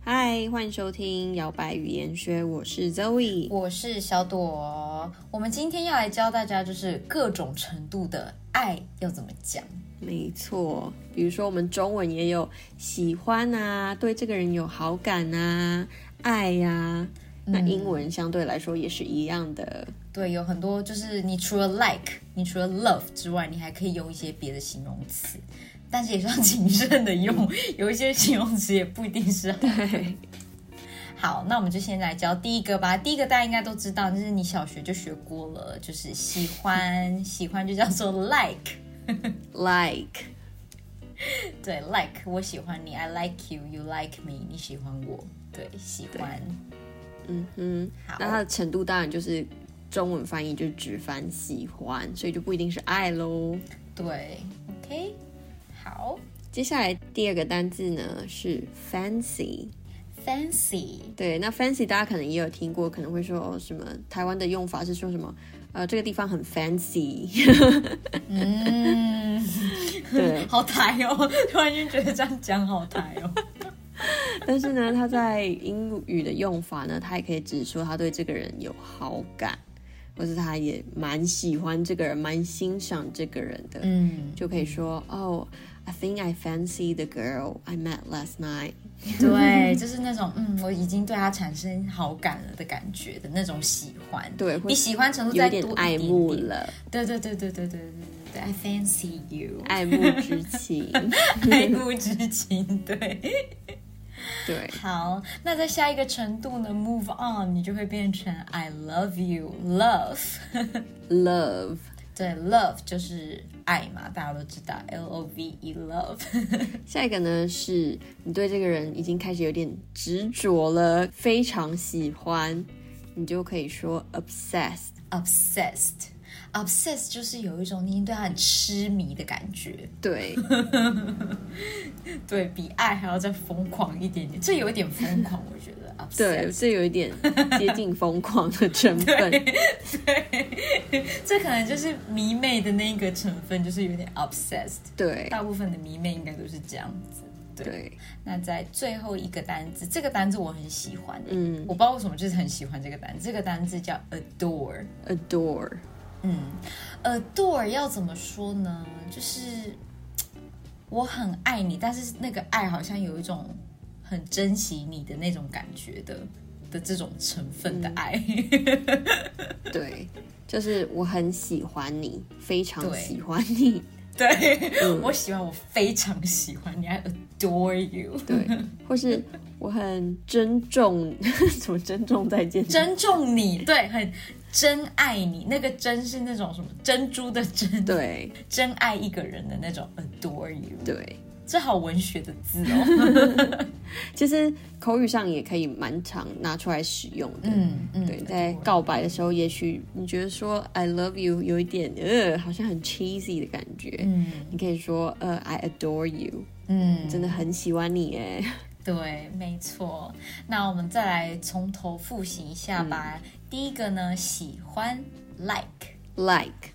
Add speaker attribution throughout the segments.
Speaker 1: 嗨，欢迎收听摇摆语言学，我是 Zoe。
Speaker 2: 我是小朵，我们今天要来教大家，就是各种程度的爱要怎么讲。
Speaker 1: 没错，比如说我们中文也有喜欢啊，对这个人有好感啊，爱呀、那英文相对来说也是一样的。
Speaker 2: 对，有很多就是你除了 like，你除了 love 之外，你还可以用一些别的形容词，但是也是要谨慎的用， 有一些形容词也不一定是好。
Speaker 1: 对，
Speaker 2: 好，那我们就先来教第一个吧。第一个大家应该都知道，就是你小学就学过了，就是喜欢，喜欢就叫做 like。
Speaker 1: like
Speaker 2: 对，like 我喜欢你，I like you，you like me，你喜欢我，对，喜欢。
Speaker 1: 嗯哼，
Speaker 2: 好
Speaker 1: 那它的程度当然就是中文翻译就只翻喜欢，所以就不一定是爱喽。
Speaker 2: 对，OK，好
Speaker 1: 接下来第二个单字呢是 fancy。
Speaker 2: ，fancy，
Speaker 1: 对，那 fancy 大家可能也有听过，可能会说哦什么台湾的用法是说什么呃这个地方很 fancy，
Speaker 2: 嗯，
Speaker 1: 对，
Speaker 2: 好台哦，突然间觉得这样讲好台哦。
Speaker 1: 但是呢，它在英语的用法呢，它也可以指说他对这个人有好感，或是他也蛮喜欢这个人，蛮欣赏这个人的，
Speaker 2: 嗯，
Speaker 1: 就可以说哦，I think I fancy the girl I met last night。
Speaker 2: 对，就是那种嗯，我已经对他产生好感了的感觉的那种喜欢。
Speaker 1: 对会
Speaker 2: 你喜欢程度
Speaker 1: 有
Speaker 2: 再
Speaker 1: 点
Speaker 2: 多
Speaker 1: 爱
Speaker 2: 一
Speaker 1: 慕
Speaker 2: 点点。
Speaker 1: 了，
Speaker 2: 对对对对对对对对对，I fancy you，
Speaker 1: 爱慕之 情。
Speaker 2: 爱慕之情，对。
Speaker 1: 对，
Speaker 2: 好，那在下一个程度呢，move on，你就会变成 I love you，love。
Speaker 1: love，
Speaker 2: 对，love 就是爱嘛，大家都知道，L O V E love。
Speaker 1: 下一个呢，是你对这个人已经开始有点执着了，非常喜欢，你就可以说 obsessed。
Speaker 2: obsessed。obsessed 就是有一种你已经对他很痴迷的感觉，
Speaker 1: 对，
Speaker 2: 对比爱还要再疯狂一点点，这有一点疯狂，我觉得。
Speaker 1: 对，
Speaker 2: obsessed，
Speaker 1: 这有一点接近疯狂的成 分。
Speaker 2: 这可能就是迷妹的那个成分，就是有点 obsessed。
Speaker 1: 对，
Speaker 2: 大部分的迷妹应该都是这样子。对，
Speaker 1: 对，
Speaker 2: 那在最后一个单字，这个单字我很喜欢，
Speaker 1: 嗯
Speaker 2: 我不知道为什么就是很喜欢这个单字，这个单字叫 adore。
Speaker 1: ，adore，
Speaker 2: 嗯，adore 要怎么说呢？就是嘖我很爱你，但是那个爱好像有一种很珍惜你的那种感觉的的这种成
Speaker 1: 嗯
Speaker 2: 分的爱。
Speaker 1: 对，就是我很喜欢你，非常
Speaker 2: 对
Speaker 1: 喜欢你。
Speaker 2: 对、
Speaker 1: 嗯
Speaker 2: 我喜欢，我非常喜欢你，I adore you。
Speaker 1: 对，或是我很珍重， 怎么珍重再见？
Speaker 2: 珍重你，对，很真爱你。那个真是那种什么珍珠的珍，
Speaker 1: 对
Speaker 2: 真爱一个人的那种 adore you。
Speaker 1: 对，
Speaker 2: 这好文学的字 哦。
Speaker 1: 其实口语上也可以蛮常拿出来使用的。
Speaker 2: 嗯嗯，
Speaker 1: 对，在
Speaker 2: adore
Speaker 1: 告白的时候，也许你觉得说 "I love you" 有一点呃，好像很 cheesy 的感觉，
Speaker 2: 嗯
Speaker 1: 你可以说呃 "I adore you"，
Speaker 2: 嗯，
Speaker 1: 真的很喜欢你哎。
Speaker 2: 对，没错。那我们再来从头复习一下吧。第一个呢，喜欢 like，
Speaker 1: Like，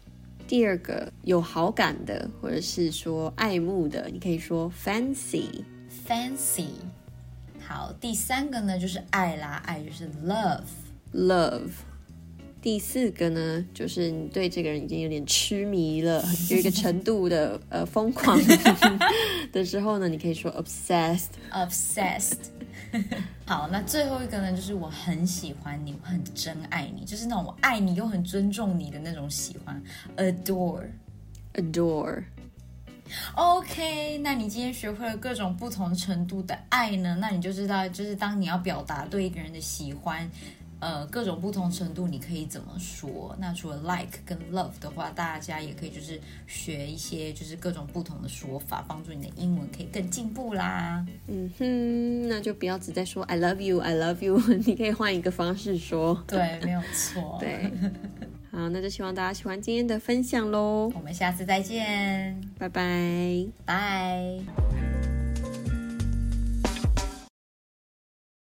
Speaker 1: 第二个有好感的或者是说爱慕的，你可以说 fancy。
Speaker 2: fancy。好，第三个呢就是爱啦，爱就是 love。
Speaker 1: Love。第四个呢，就是你对这个人已经有点痴迷 了，有一个程度的呃疯狂 的时候呢，你可以说 obsessed。
Speaker 2: obsessed。好，那最后一个呢，就是我很喜欢你，我很真爱你，就是那种我爱你又很尊重你的那种喜欢，adore。
Speaker 1: Adore，
Speaker 2: OK，那你今天学会了各种不同程度的爱呢？那你就知道，就是当你要表达对一个人的喜欢，呃，各种不同程度你可以怎么说？那除了 like 跟 love 的话，大家也可以就是学一些就是各种不同的说法，帮助你的英文可以更进步啦。
Speaker 1: 嗯哼，那就不要只在说 I love you，I love you，你 可以换一个方式说。
Speaker 2: 对，没有错。，
Speaker 1: 对，好，那就希望大家喜欢今天的分享喽，
Speaker 2: 我们下次再见，
Speaker 1: 拜拜。
Speaker 2: 拜。